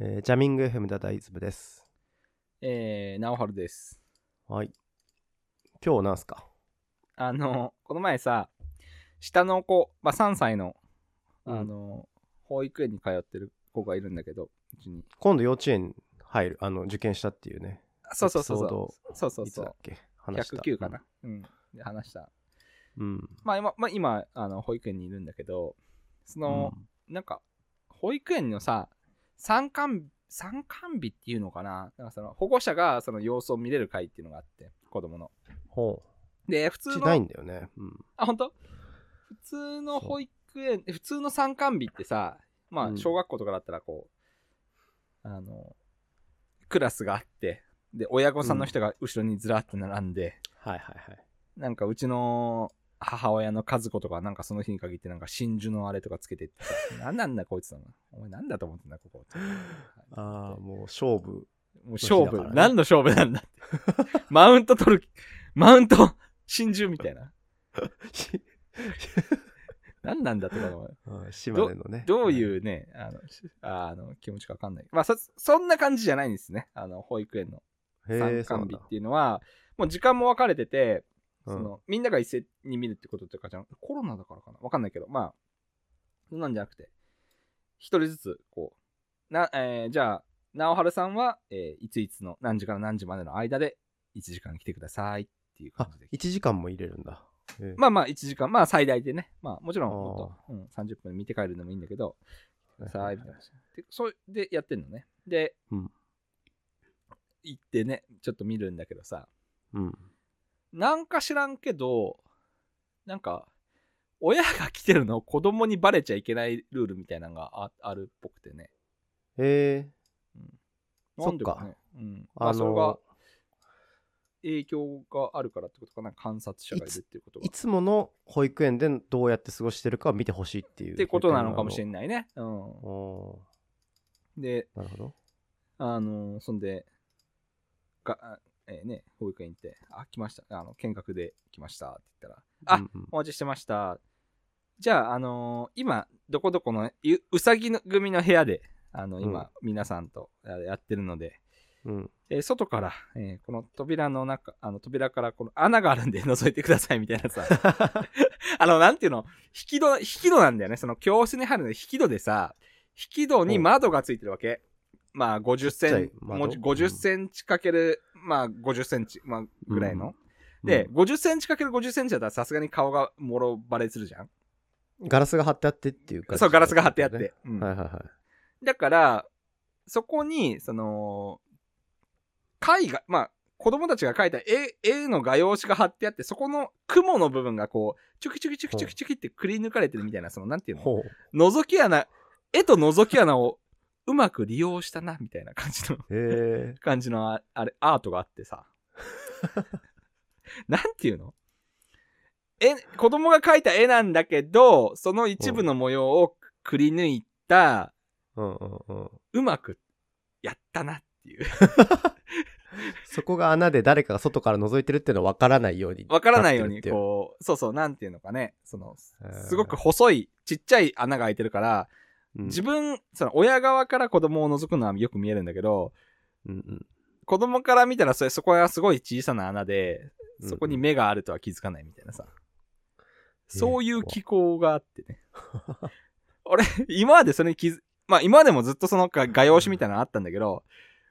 えージャミング FM ダダイズムです。えー、なおはるです。はい。今日なんすかあの、この前さ、下の子、まあ、3歳の、うんあの、保育園に通ってる子がいるんだけど、うちに。今度幼稚園入る、あの、受験したっていうね。あそうそうそうエピソそう。そうそういつそだうっ。け話した。 109かな。うん。で、話した。うん。まあ今、まあ、今あの保育園にいるんだけど、その、なんか、保育園のさ、参観、参観日っていうのかななんかその保護者がその様子を見れる会っていうのがあって、子供の。ほで、普う。う通ちのないんだよね。うん。あ、本当？普通の保育園、普通の参観日ってさ、まうあ、ん小学校とかだったら、こう、あの、クラスがあって、で、親御さんの人が後ろにずらっと並んで、はいはいはい。なんかうちの母親の和子とか、なんかその日に限って、なんか真珠のあれとかつけてってさ、 なんなんだこいつの。お前なんだと思ってんだ、ここ。ああ、もう勝負。 もう勝日だ負、からね何の勝負なんだって。 マウント取る、マウント、真珠みたいな。何なんだってこの。うん島根のね。 どうういうね、あのしああの気持ちかわかんない。まあそ、そんな感じじゃないんですね。あの、保育園のん、へえ、参そうなん観日だっ。ていうのは、もう時間も分かれてて、うそんのみんなが一斉に見るってこととかじゃん。コロナだからかなわかんないけど、まあ、そんなんじゃなくて、一人ずつ、こう、な、えーじゃあ、直春さんは、えーいついつの何時から何時までの間で1時間来てくださいっていうあ感じで、。 1時間も入れるんだ。へえまあまあ1時間、まあ最大でね、まあもちろんあーもっと、うん、30分見て帰るのもいいんだけど、はいさはあ、いみたいな。で、そうでやってんのね。で、うん行ってね、ちょっと見るんだけどさ、うん。なんか知らんけど、なんか、親が来てるのを子供にバレちゃいけないルールみたいなのがああるっぽくてね。へえ、なんでね。うん。まああ、それがの、影響があるからってことかな、観察者がいるっていうことがい。つもの保育園でどうやって過ごしてるかを見てほしいっていう。ってことなのかもしれない。ないね。うん。おで、ーなるほど。あのそんで、が、えーね、保育園行って、あ、来ました。あの、見学で来ましたって言ったら、あうんうんお待ちしてました。じゃあ、あのー今、どこどこのううさぎの組の部屋で、あの、今、うん皆さんとあやってるので、うん。えー外から、えーこの扉の中、あの、扉からこの穴があるんで覗いてくださいみたいな さ、あの、なんていうの、引き戸、引き戸なんだよね。その教室に入るのに引き戸でさ、引き戸に窓がついてるわけ。まあ、50セちっちゃいンチ、窓もう50センチかける、まあ、50センチ、まあ、ぐらいの。うで、ん、 50センチかける50センチだったらさすがに顔がもろバレするじゃん。ガラスが貼ってあってっていうか、そう、ガラスが貼ってあって。ねうんはいはいはい。だから、そこに、その、絵画、まあ、子供たちが描いた絵絵の画用紙が貼ってあって、そこの雲の部分がこう、チュキチュキチュキチュキチュキってくり抜かれてるみたいな、その、なんていうのほう。覗き穴、絵と覗き穴をうまく利用したな、みたいな感じの、へえ。感じのあ、あれ、アートがあってさ。 なんていうのえ、子供が描いた絵なんだけど、その一部の模様をくり抜いた、うんうんうん。うまくやったなっていう。 そこが穴で誰かが外から覗いてるっていうのは分からないように。わからないように、う。こう、そうそう、なんていうのかね、そのへー、すごく細い、ちっちゃい穴が開いてるから、うん自分、その親側から子供を覗くのはよく見えるんだけど、うんうん子供から見たらそれ、そこはすごい小さな穴で、そこに目があるとは気づかないみたいなさ。そういう機構があってね。俺、今までそれに気づ、まあ今までもずっとそのか画用紙みたいなのあったんだけど、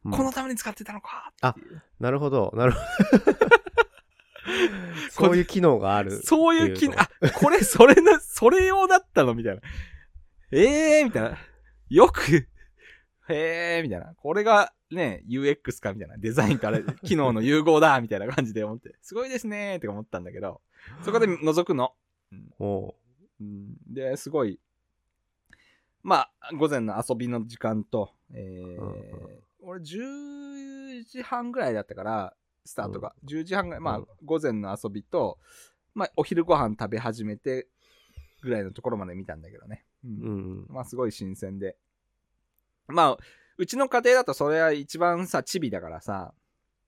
うんこのために使ってたのかっていう。なるほど、なるほ ど。そういう機能がある。そういうってい機う能、のあ、これ、それな、それ用だったのみたいな。ええー、みたいな。よく、へえー、みたいな。これがね、UX か、みたいな。デザインとあれ、機能の融合だ、みたいな感じで思って。すごいですねー、とか思ったんだけど、そこで覗くの。おうん、で、すごい、まあ、午前の遊びの時間と、えーうんうん俺、10時半ぐらいだったから、スタートが。10時半ぐらい、まうあん、午前の遊びと、まあ、お昼ご飯食べ始めてぐらいのところまで見たんだけどね。ううんうん。まあ、すごい新鮮で。まあ、うちの家庭だとそれは一番さ、チビだからさ、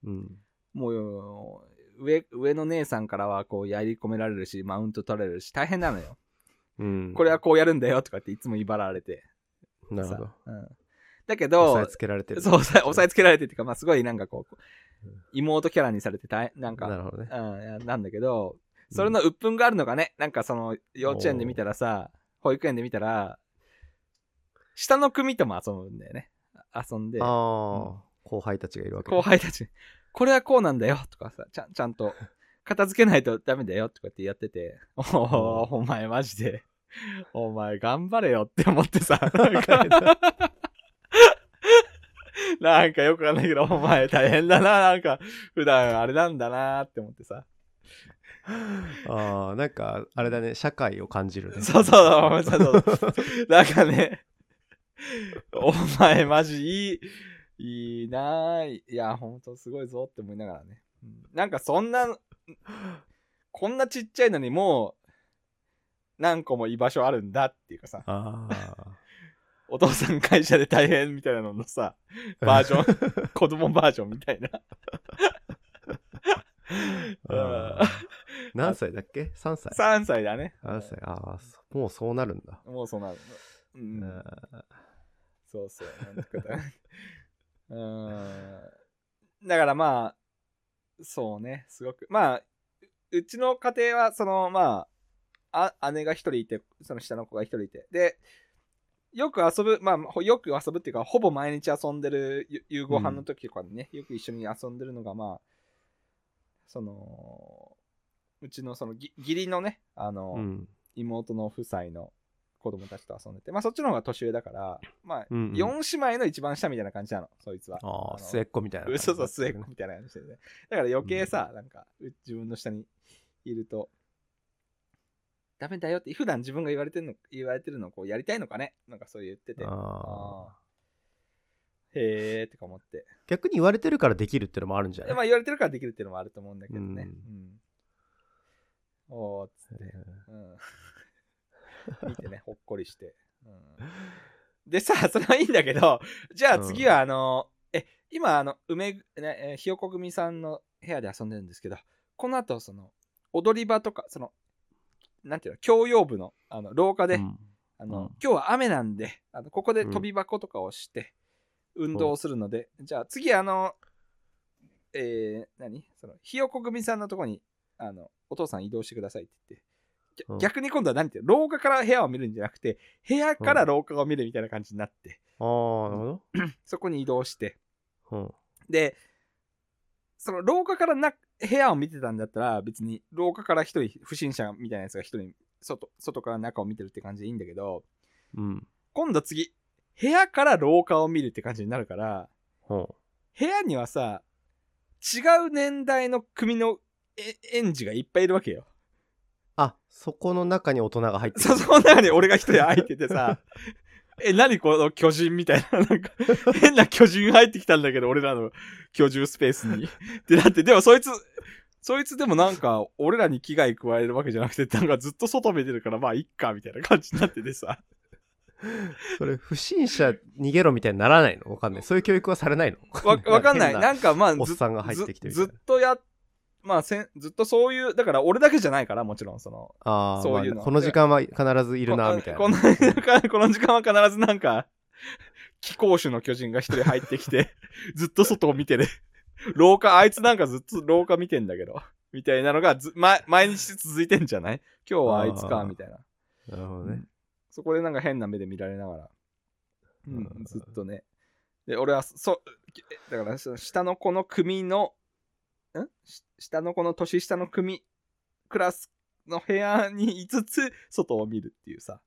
うん。もう、上、上の姉さんからはこう、やり込められるし、マウント取られるし、大変なのよ。うん。これはこうやるんだよとかっていつも威張られて。なるほどさ。うんだけ押さどえ、つけられてる。そう、押さえ押さえつけられてっていうか、まあ、すごいなんかこう、妹キャラにされてたい、なんか、なるほどね。うん、なんだけど、それの鬱憤があるのがね、なんかその、幼稚園で見たらさ、保育園で見たら、下の組とも遊ぶんだよね。あ遊んであ、あ、うん後輩たちがいるわけね。後輩たちに、これはこうなんだよ、とかさ、ちゃんちゃん と、片付けないとダメだよ、とかってやってて、おお、お前マジで、お前頑張れよって思っ てさ、なんかなんかよくわかんないけど、お前大変だな、なんか、普段あれなんだなって思ってさ、ああ、なんか、あれだね、社会を感じるね。そうそうそう、そうそうそう。 なんかね、お前マジいい、いいなぁ。いや、ほんとすごいぞって思いながらね。うんなんかそんな、こんなちっちゃいのにもう、何個も居場所あるんだっていうかさ、あお父さん会社で大変みたいなののさ、バージョン、子供バージョンみたいな。あ。 あー何歳だっけ ?3 歳。 3歳だね。 3歳。ああ、そもうそうなるんだ。もうそうなる。うんあそうそう、なんてこと だ。うーん。だからまあ、そうね、すごく。まあ、ううちの家庭は、そのまあ、あ姉が一人いて、その下の子が一人いて。で、よく遊ぶ、まあ、ほよく遊ぶっていうか、ほぼ毎日遊んでるゆ夕ご飯の時とかにね、よく一緒に遊んでるのが、まあ、その、うちのそのぎ義理のね、あの、ーうん。妹の夫妻の子供たちと遊んでて、まあそっちの方が年上だから、まあ、うんうん4姉妹の一番下みたいな感じなの、そいつは。あのあ、末っ子みたい な感じ。そうそう、末っ子みたいな感じでね。だから余計さ、なんか、う自分の下にいると、ダメだよって、普段自分が言われてるの、言われてるのをこうやりたいのかねなんかそう言ってて。ああ。あーへえーとか 思って。逆に言われてるからできるってのもあるんじゃでまないあ言われてるからできるっていうのもあると思うんだけどね。うんうん、おーっつって。えうん見て ね、ほっこりして。うん、でさ、それはいいんだけど、じゃあ次はあの、え、今あの、梅、ねえーひよこ組さんの部屋で遊んでるんですけど、この後、その、踊り場とか、その、なんていうの、教養部の、あの、廊下ーで、うんあの、うん今日は雨なんで、あのここでうん飛び箱とかをして、運動をするので、じゃあ次、あの、えー、何その、ひよこ組さんのとこに、あの、お父さん移動してくださいって言って、ぎゃうん逆に今度は何て言うの廊下から部屋を見るんじゃなくて、部屋から廊下を見るみたいな感じになって、ああ、なるほそこに移動して、ど。うん。で、その廊下からな部屋を見てたんだったら、別に廊下から一人、不審者みたいなやつが一人、外、外から中を見てるって感じでいいんだけど、うん。今度次、部屋から廊下を見るって感じになるから、うん。部屋にはさ、違う年代の組のえ園児がいっぱいいるわけよ。 あ、そこの中に大人が入ってるそ、その中に俺が一人入っててさ、 え、何この巨人みたいな、なんか、変な巨人入ってきたんだけど、俺らの居住スペースに。 で、だって、でもそいつ、そいつでもなんか、俺らに危害加えるわけじゃなくて、なんかずっと外見てるから、まあ、いっか、みたいな感じになっててさ。 それ、不審者逃げろみたいにならないのわかんない。そういう教育はさ れないのわわかんない。変なんかまあ、ずおっさんが入ってきてみたずいなずっとや、まあせん、ずっとそういう、だから俺だけじゃないから、もちろん、その、ああ、そういうのまあこの時間は必ずいいるな、みたいな。こ のこの時間は必ずなんか、気候種の巨人が一人入ってきて、 ずっと外を見てる。廊下、あいつなんかずっと廊下見てんだけど、みたいなのがず、ま、毎日続いてんじゃない今日はあいつか、あーみたいな。なるほどね。そこでなんか変な目で見られながら、う、うんんずっとね。で、俺はそ、そだからその下の子の組の、んし下の子の年下の組、クラスの部屋にいつつ、外を見るっていうさ。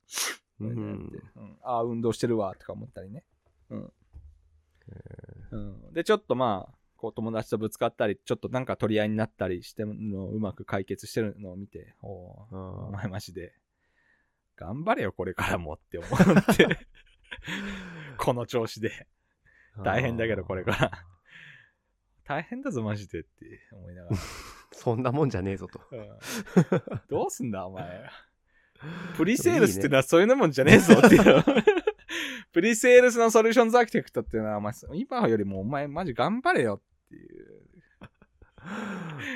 うこうやっんて。うんああ、運動してるわ、とか思ったりね。うん。うん、で、ちょっとまあ、こう友達とぶつかったり、ちょっとなんか取り合いになったりしてるのをうまく解決してるのを見て、おーあおー前マジで、頑張れよ、これからもって思って、この調子で、大変だけど、これか。ら。大変だぞ、マジでって思いながら。そんなもんじゃねえぞ と。うんどうすんだ、お前。プリセールスってのはそういうのもんじゃねえぞっていう。プリセールスのソリューションズアーキテクトっていうのは、お前、今よりもお前マジ頑張れよっていう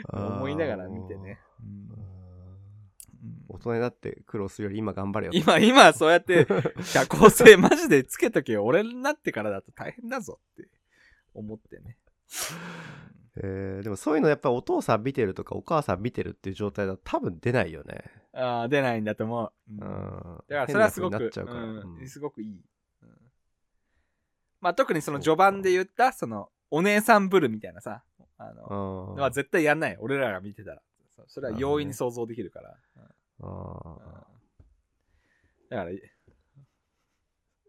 思いながら見てね。うんあー。うん大人になって苦労するより今頑張れよ。今、今、そうやって、社交性マジでつけとけよ。俺になってからだと大変だぞって思ってね。 えーでもそういうのやっぱりお父さん見てるとかお母さん見てるっていう状態だと多分出ないよね。ああ、出ないんだと思う。うんうん。だからそれはすごく、変な風になっちゃうから。うんうんすごくいい。うんまあ特にその序盤で言った、その、お姉さんぶるみたいなさ、あの、あーまあ絶対やんない。俺らが見てたら。そうそれは容易に想像できるから。あうんだから、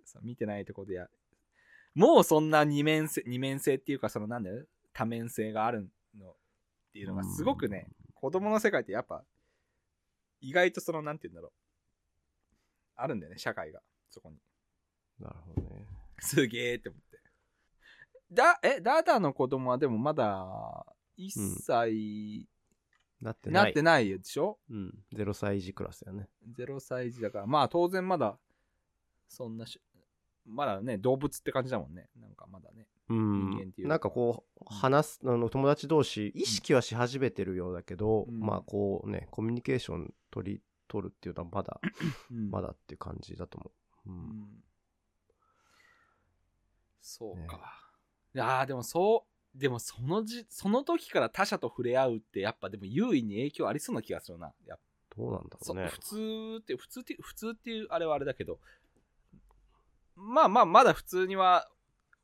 そう見てないとこでや、もうそんな二面性、二面性っていうか、そのなんだよ、多面性があるのっていうのがすごくね、子供の世界ってやっぱ、意外とその、なんて言うんだろう。あるんだよね、社会が、そこに。ーなるほどね。すげえって思って。だ、え、ダダの子供はでもまだ、1歳なってない。なってないでしょ、うん。0歳児クラスだよね。 0歳児だから、まあ当然まだ、そんなし、まだね、動物って感じだもんね。なんかまだね。う間っんていうかなんかこう話すあの友達同士意識はし始めてるようだけど、うんまあこうねコミュニケーション取り取るっていうのはまだうんまだっていう感じだと思う、ううんんそうか。ねいやーでもそう、でもそのじ、その時から他者と触れ合うって、やっぱでも優位に影響ありそうな気がするな。やっぱどうなんだろそうね普通って、普通って、普通っていうあれはあれだけど、まあまあ、まだ普通には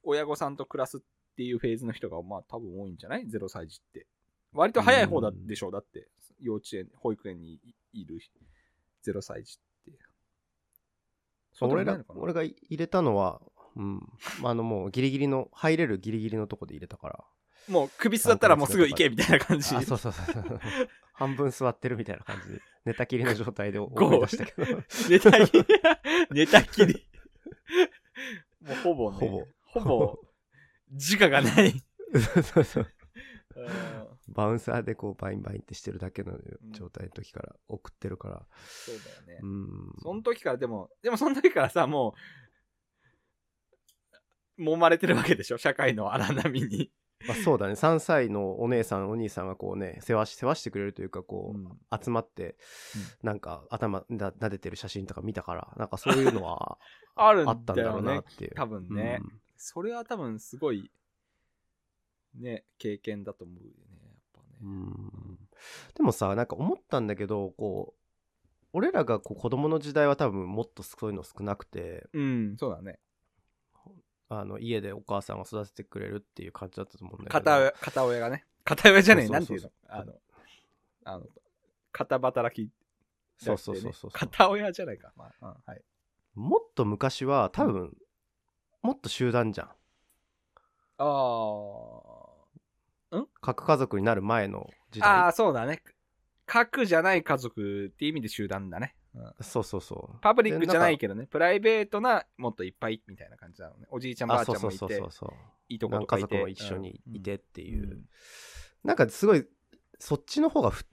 親御さんと暮らすっていうフェーズの人が、まあ多分多いんじゃない ?0 歳児って。割と早い方だうんでしょう。だって、幼稚園、保育園にいいる0歳児って。そうでも俺ないらのかな俺が入れたのはうん、あのもうギリギリの入れるギリギリのとこで入れたからもう首すだったらもうすぐ行けみたいな感あじ。そうそうそうそう 半分座ってるみたいな感じで寝たきりの状態でゴー思い出したけど 寝たきり。寝たき り。もうほぼね。ほぼ。ほぼ、自我がない。 そう そううんバウンサーでこうバインバインってしてるだけの状態の時から送ってるから、そうだよねう。ん、その時からでも、でもその時からさ、もう、揉まれてるわけでしょ社会の荒波に。まあ、そうだね3歳のお姉さんお兄さんがこうね世話し世話してくれるというかこう、集まってなんか頭な撫でてる写真とか見たからなんかそういうの はあるんだよねあったんだろうなっていう多分ね、それは多分すごい、ね、経験だと思うよね。やっぱね。うんうんでもさなんか思ったんだけどこう俺らがこう子供の時代は多分もっとそういうの少なくてうん、そうだね。あの家でお母さんが育ててくれるっていう感じだったと思うんだけど片親片親がね。片親じゃねえ、そうなそんうてそいううのあの、あの、片働き、そうそうそうそう片親じゃないか。まあ、うんはい。もっと昔は多分、もっと集団じゃんああ。核家族になる前の時代ああ、そうだね。核じゃない家族って意味で集団だね。うんそうそうそう。パブリックじゃないけけどね、プライベートな、もっといっぱいみたいな感じなのね。おじいちゃん、ばあちそうゃんそもういそうてそう、そう。いいとこ何と家かい族て。も一緒にいてっていう。うんなんかすごい、そっちの方がふ、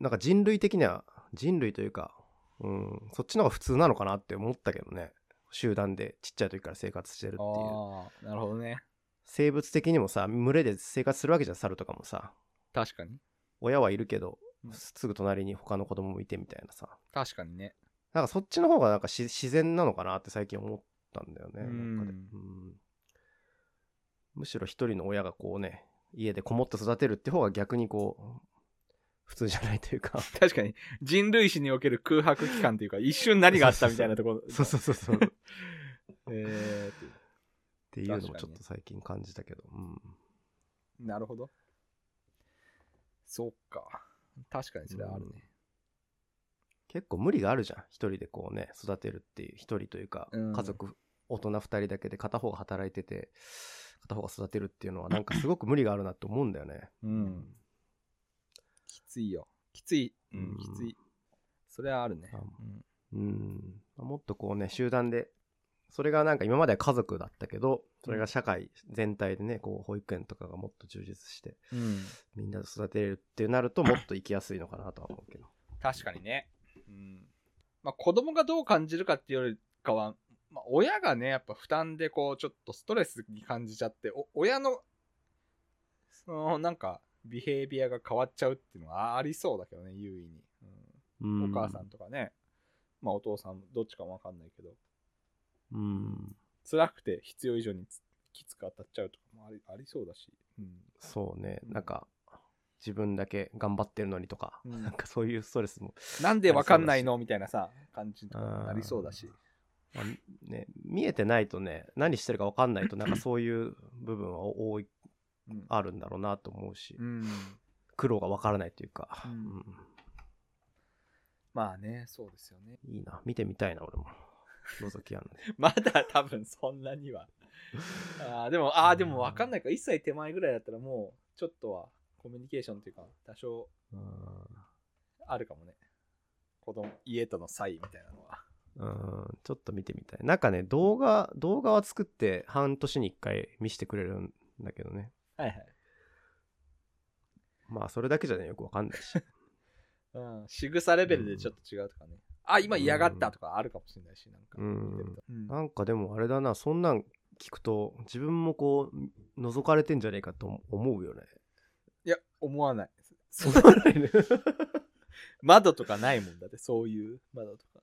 なんか人類的には、人類というか、うん、そっちの方が普通なのかなって思ったけどね。集団でちっちゃい時から生活してるってういんう。ああ、なるほどね。生物的にもさ、群れで生活するわけじゃん、猿とかもさ。確かに。親はいるけどう、んすぐ隣に他の子供もいてみたいなさ。確かにね。なんかそっちの方がなんかし自然なのかなって最近思ったんだよね。うんなんかでうんむしろ一人の親がこうね、家でこもって育てるって方が逆にこう、普通じゃないという か。確かに。人類史における空白期間というか、一瞬何があったみたいなところ。 そうそうそうそう。っえーっていうていうのも確ちかょにっと最近感じたけど。うんなるほど。そっか。確かにそれはあるね。結構無理があるじゃん。一人でこうね、育てるっていう、一人というか、うん家族、大人二人だけで片方が働いてて、片方が育てるっていうのはなんかすごく無理があるなって思うんだよね。うん。きついよ。きつい。う、うんんきつい。それはあるね。あうんうん、もっとこうね、集団で、それがなんか今までは家族だったけど、それが社会全体でね、こう保育園とかがもっと充実して、みんなで育てれるってなると、もっと生きやすいのかなとは思うけど。確かにね。うん。まあ子供がどう感じるかっていうよりかは、まあ、親がね、やっぱ負担でこう、ちょっとストレスに感じちゃって、お親の、その、なんか、ビヘイビアが変わっちゃうっていうのはあありそうだけどね、優位に。うんうんお母さんとかね、まあお父さんどっちかもわかんないけどうん辛くて必要以上につきつく当たっちゃうとかもありありそうだし、うんそうねなんか自分だけ頑張ってるのにとか、うんなんかそういうストレスも、 なんでわかんないのみたいなさ感じとかもあーなりそうだしまあね、見えてないとね何してるか分かんないとなんかそういう部分は多いうんあるんだろうなと思うし、うん苦労が分からないというか、うんうんまあねそうですよねいいな見てみたいな俺も覗きやんので まだ多分そんなに はあーでもあーでもわかんないか一歳手前ぐらいだったらもうちょっとはコミュニケーションというか多少あるかもね子供家との差異みたいなのはうんちょっと見てみたいなんかね動画動画は作って半年に1回見せてくれるんだけどねはいはいまあそれだけじゃねよく分かんないしうん、仕草レベルでちょっと違うとかね。あ、今嫌がったとかあるかもしれないし、なんか。うん見てるとうんなんかでもあれだなそんなん聞くと自分もこう覗かれてんじゃねえかと思うよねいや、思わ ない。そ思わないね窓とかないもんだって、そういう窓とか。い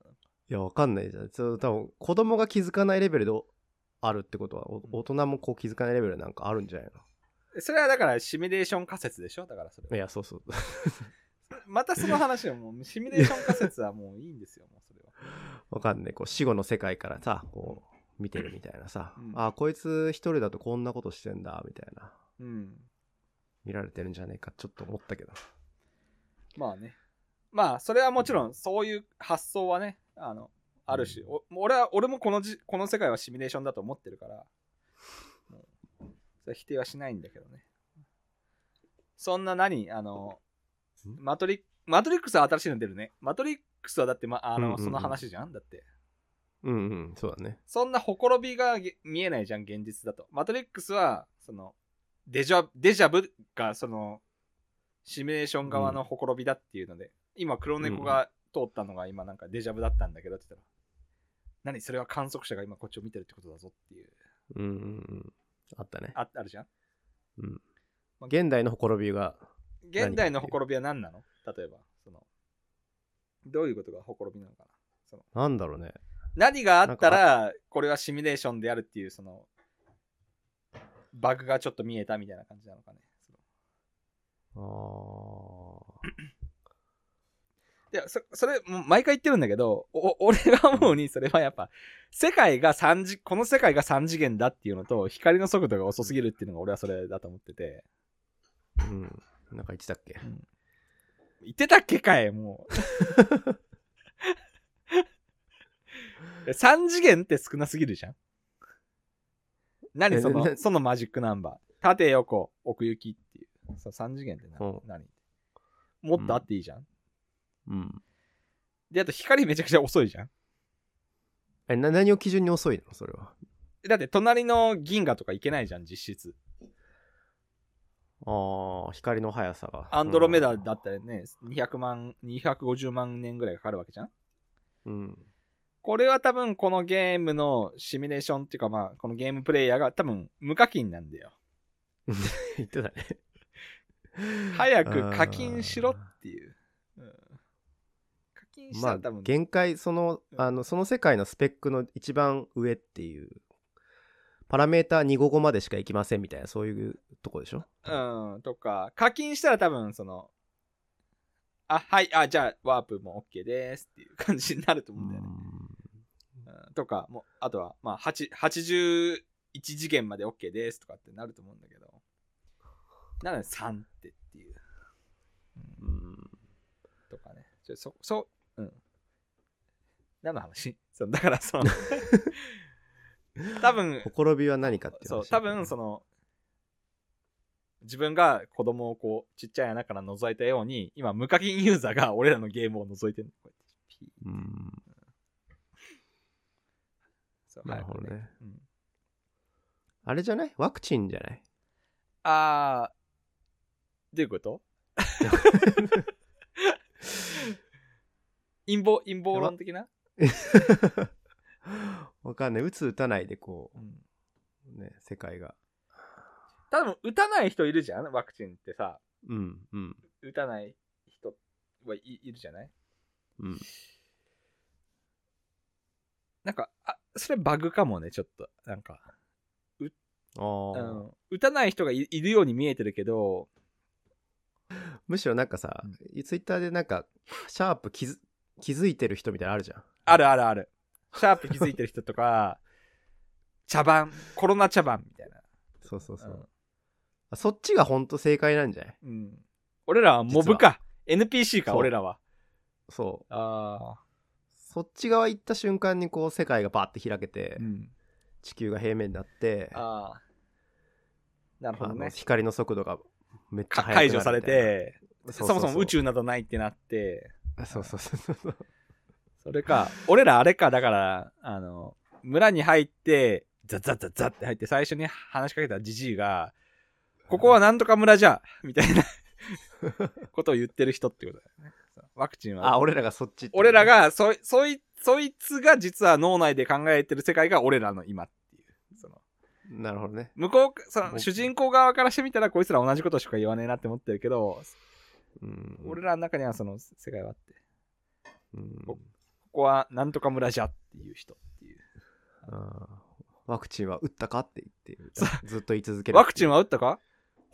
や分かんないじゃんそう多分子供が気づかないレベルであるってことはお大人もこう気づかないレベルなんかあるんじゃないそれはだからシミュレーション仮説でしょだからそれのいは。やそうそうまたその話はもう、シミュレーション仮説はもういいんですよ、もうそれは。わかんない。こう死後の世界からさ、こう見てるみたいなさ、うんあこいつ一人だとこんなことしてんだみたいな、うん。見られてるんじゃねえかちょっと思ったけど。まあね。まあ、それはもちろん、そういう発想はね、あの、あるし、うお俺は、俺もこのじ、この世界はシミュレーションだと思ってるから、もうそれは否定はしないんだけどね。そんな何あの、んマトリマトリックスは新しいの出るね。マトリックスはだって、ま、あの、うんうんうんその話じゃんだって。うんうん、そうだね。そんなほころびがげ見えないじゃん、現実だと。マトリックスは、その、デジャデジャブが、その、シミュレーション側のほころびだっていうので、今、黒猫が通ったのが、今、なんかデジャブだったんだけどって言ったら、何それは観測者が今、こっちを見てるってことだぞっていう、うんうんうん。あったね。ああるじゃん。うんまあ現代のほころびが、現代のほころびは何なの例えば、その、どういうことがほころびなのかな。なんだろうね。何があったら、これはシミュレーションであるっていう、その、バグがちょっと見えたみたいな感じなのかね。そのあいや、そ、それ、もう毎回言ってるんだけど、お、俺が思うに、それはやっぱ、世界が三次、この世界が三次元だっていうのと、光の速度が遅すぎるっていうのが俺はそれだと思ってて。ー。うん。なんか言ってたっけ言ってたっけかい、も う。三次元って少なすぎるじゃん。何えそなの、そのマジックナンバー。縦横、奥行きっていう。その三次元ってうん何何もっとあっていいじゃん。うん。で、あと光めちゃくちゃ遅いじゃん。え、な、何を基準に遅いのそれは。だって隣の銀河とか行けないじゃん、実質。ああ、光の速さが。アンドロメダだったらね、200万、250万年ぐらいかかるわけじゃんうん。 これは多分このゲームのシミュレーションっていうかまあ、このゲームプレイヤーが多分無課金なんだよ。うん。言ってたね。早く課金しろっていう。うん課金したまらあ多分、、限界そのうんあのその世界のスペックの一番上っていうパラメーター255までしか行きませんみたいなそういうとこでしょうん、とか、課金したら多分その、あ、はい、あ、じゃあワープも OK ですっていう感じになると思うんだよね。うんとか、もうあとは、まあ、8 81次元まで OK ですとかってなると思うんだけど、なので3ってっていう、うんうんとかね。ちょそ、そう、うん。何の話 そうだからその、多分ほ、ころびは何かっていそう、多分そのの、自分が子供をこう、ちっちゃい穴から覗いたように、今、無課金ユーザーが俺らのゲームを覗いてるの。こうやってピーうんそうなるほどね早くうんあれじゃないワクチンじゃない あー、どういうこと 陰謀、陰謀論的な、わかんない打つ打たないでこうん、うね世界が多分打たない人いるじゃんワクチンってさ、うんうん打たない人はいいるじゃないうん。なんか、あ、それバグかもね、ちょっと。なんか、うああ。ん、打たない人がいいるように見えてるけど、むしろなんかさ、ツイッターでなんか、シャープ気づ気づいてる人みたいなのあるじゃん。あるあるある。シャープ気づいてる人とか、 茶番、コロナ茶番みたいな。そうそうそうう。んあそっちが本当正解なんじゃないうん、俺らはモブか。NPC か、そう俺らは。そう。ああ。そっち側行った瞬間にこう世界がバーって開けて、うん。地球が平面になって、ああ。なるほあどのね。光の速度がめっちゃか速くなる解除されて、みたいな、そもそも宇宙などないってなって、そうそうそうそう。それか、俺らあれか、だから、あの、村に入って、ザッザッザッザッって入って、最初に話しかけたジジイが、ここはなんとか村じゃみたい なことを言ってる人ってことだよね。ワクチンあ、は。俺らがそっちってことね俺ら、が、そい、そい、そいつが実は脳内で考えてる世界が俺らの今っていう。その、なるほどね。向こう、その、僕主人公側からしてみたら、こいつら同じことしか言わねえなって思ってるけど、うん。俺らの中にはその世界はあって、うんここはなんとか村じゃっていう人っていう。あーワクチンは打ったかって言って、ずっと言い続ける。ワクチンはは打ったか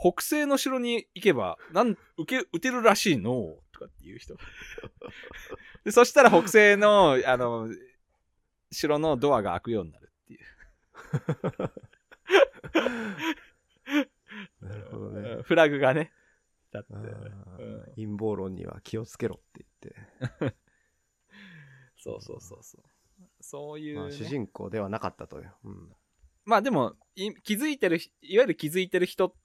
北西の城に行けば、なん、受け、打てるらしいのとかっていう人。でそしたら北西の、あの、城のドアが開くようになるっていう。なるほどね。うんフラグがね。だってあ。ーうん陰謀論には気をつけろって言って、そうそうそうそう。そういう、ね。まあ、主人公ではなかったという。うんまあでも、い気づいてるひ、いわゆる気づいてる人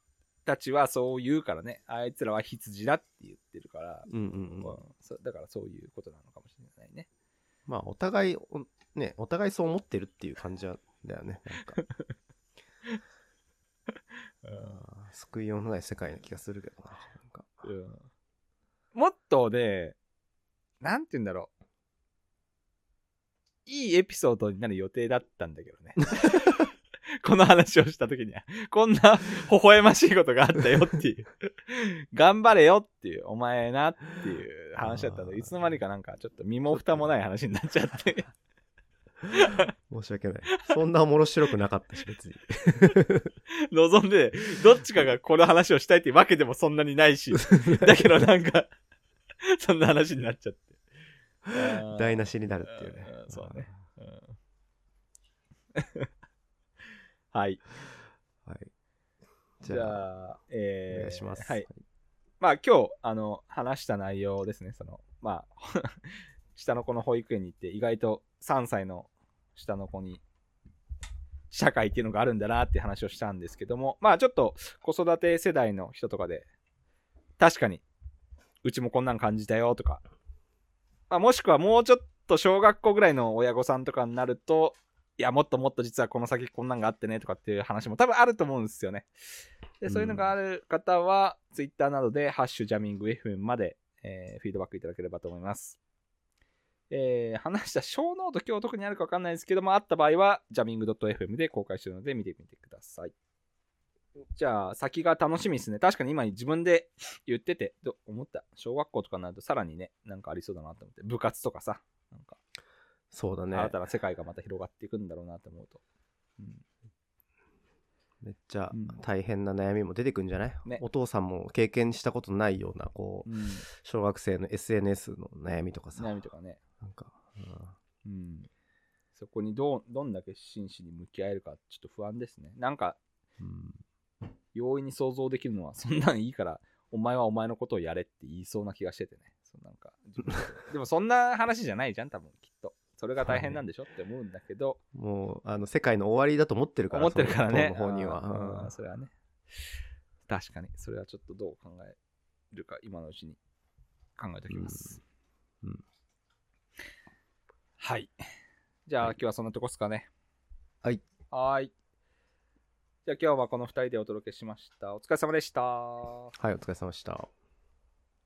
たちはそう言うからね。あいつらは羊だって言ってるから。うんうんううんん、そうだからそういうことなのかもしれないね。まあ、お互い、おね、お互いそう思ってるっていう感じなんだよね。なん かあー救いようのない世界な気がするけどな。なんかうんもっとね、なんて言うんだろう。いいエピソードになる予定だったんだけどね。この話をした時には、こんな微笑ましいことがあったよっていう。頑張れよっていう、お前なっていう話だったのあーいつの間にかなんかちょっと身も蓋もない話になっちゃって。申し訳ない。そんな面白くなかったし、別に。望んで、どっちかがこの話をしたいってわけでもそんなにないし。だけどなんか、そんな話になっちゃって。台無しになるっていうねうんうん。そうね。うんはい。はい。じじゃゃあ、あ、えおー願いします。はい。。まあ今日、あの、話した内容ですね。その、まあ、 下の子の保育園に行って、意外と3歳の下の子に、社会っていうのがあるんだなって話をしたんですけども、まあちょっと子育て世代の人とかで、確かに、うちもこんなん感じたよとか、まあ、もしくはもうちょっと小学校ぐらいの親御さんとかになると、いや、もっともっと実はこの先こんなんがあってねとかっていう話も多分あると思うんですよね。で、そういうのがある方は、Twitter などで、ハッシュジャミング FM まで、えーフィードバックいただければと思います。えー話した小ノート今日特にあるか分かんないですけども、あった場合は、ジャミング .fm で公開してるので見てみてください。じゃあ、先が楽しみですね。確かに今自分で言ってて、と思った。小学校とかになるとさらにね、なんかありそうだなと思って、部活とかさ、なんか、そうだね。新たな世界がまた広がっていくんだろうなと思うと。うんめっちゃうん大変な悩みも出てくんじゃない、ねお父さんも経験したことないような、こう、うん、小学生の SNS の悩みとかさ。悩みとかね。なんか、ううん、そこにどうどんだけ真摯に向き合えるかちょっと不安ですねなんかん。容易に想像できるのはそんなんいいからお前はお前のことをやれって言いそうな気がしててねそうなんか自分のことでもそんな話じゃないじゃん多分きっとそれが大変なんでしょって思うんだけど、もう、あの、世界の終わりだと思ってるから、思ってるからねその方にあーはうん。それはね確かにそれはちょっとどう考えるか今のうちに考えておきます、うんうんはいじゃあ、今日はそんなとこっすかねはい。はーい。じゃあ今日はこの2人でお届けしました。お疲れ様でした。はい、お疲れ様でした。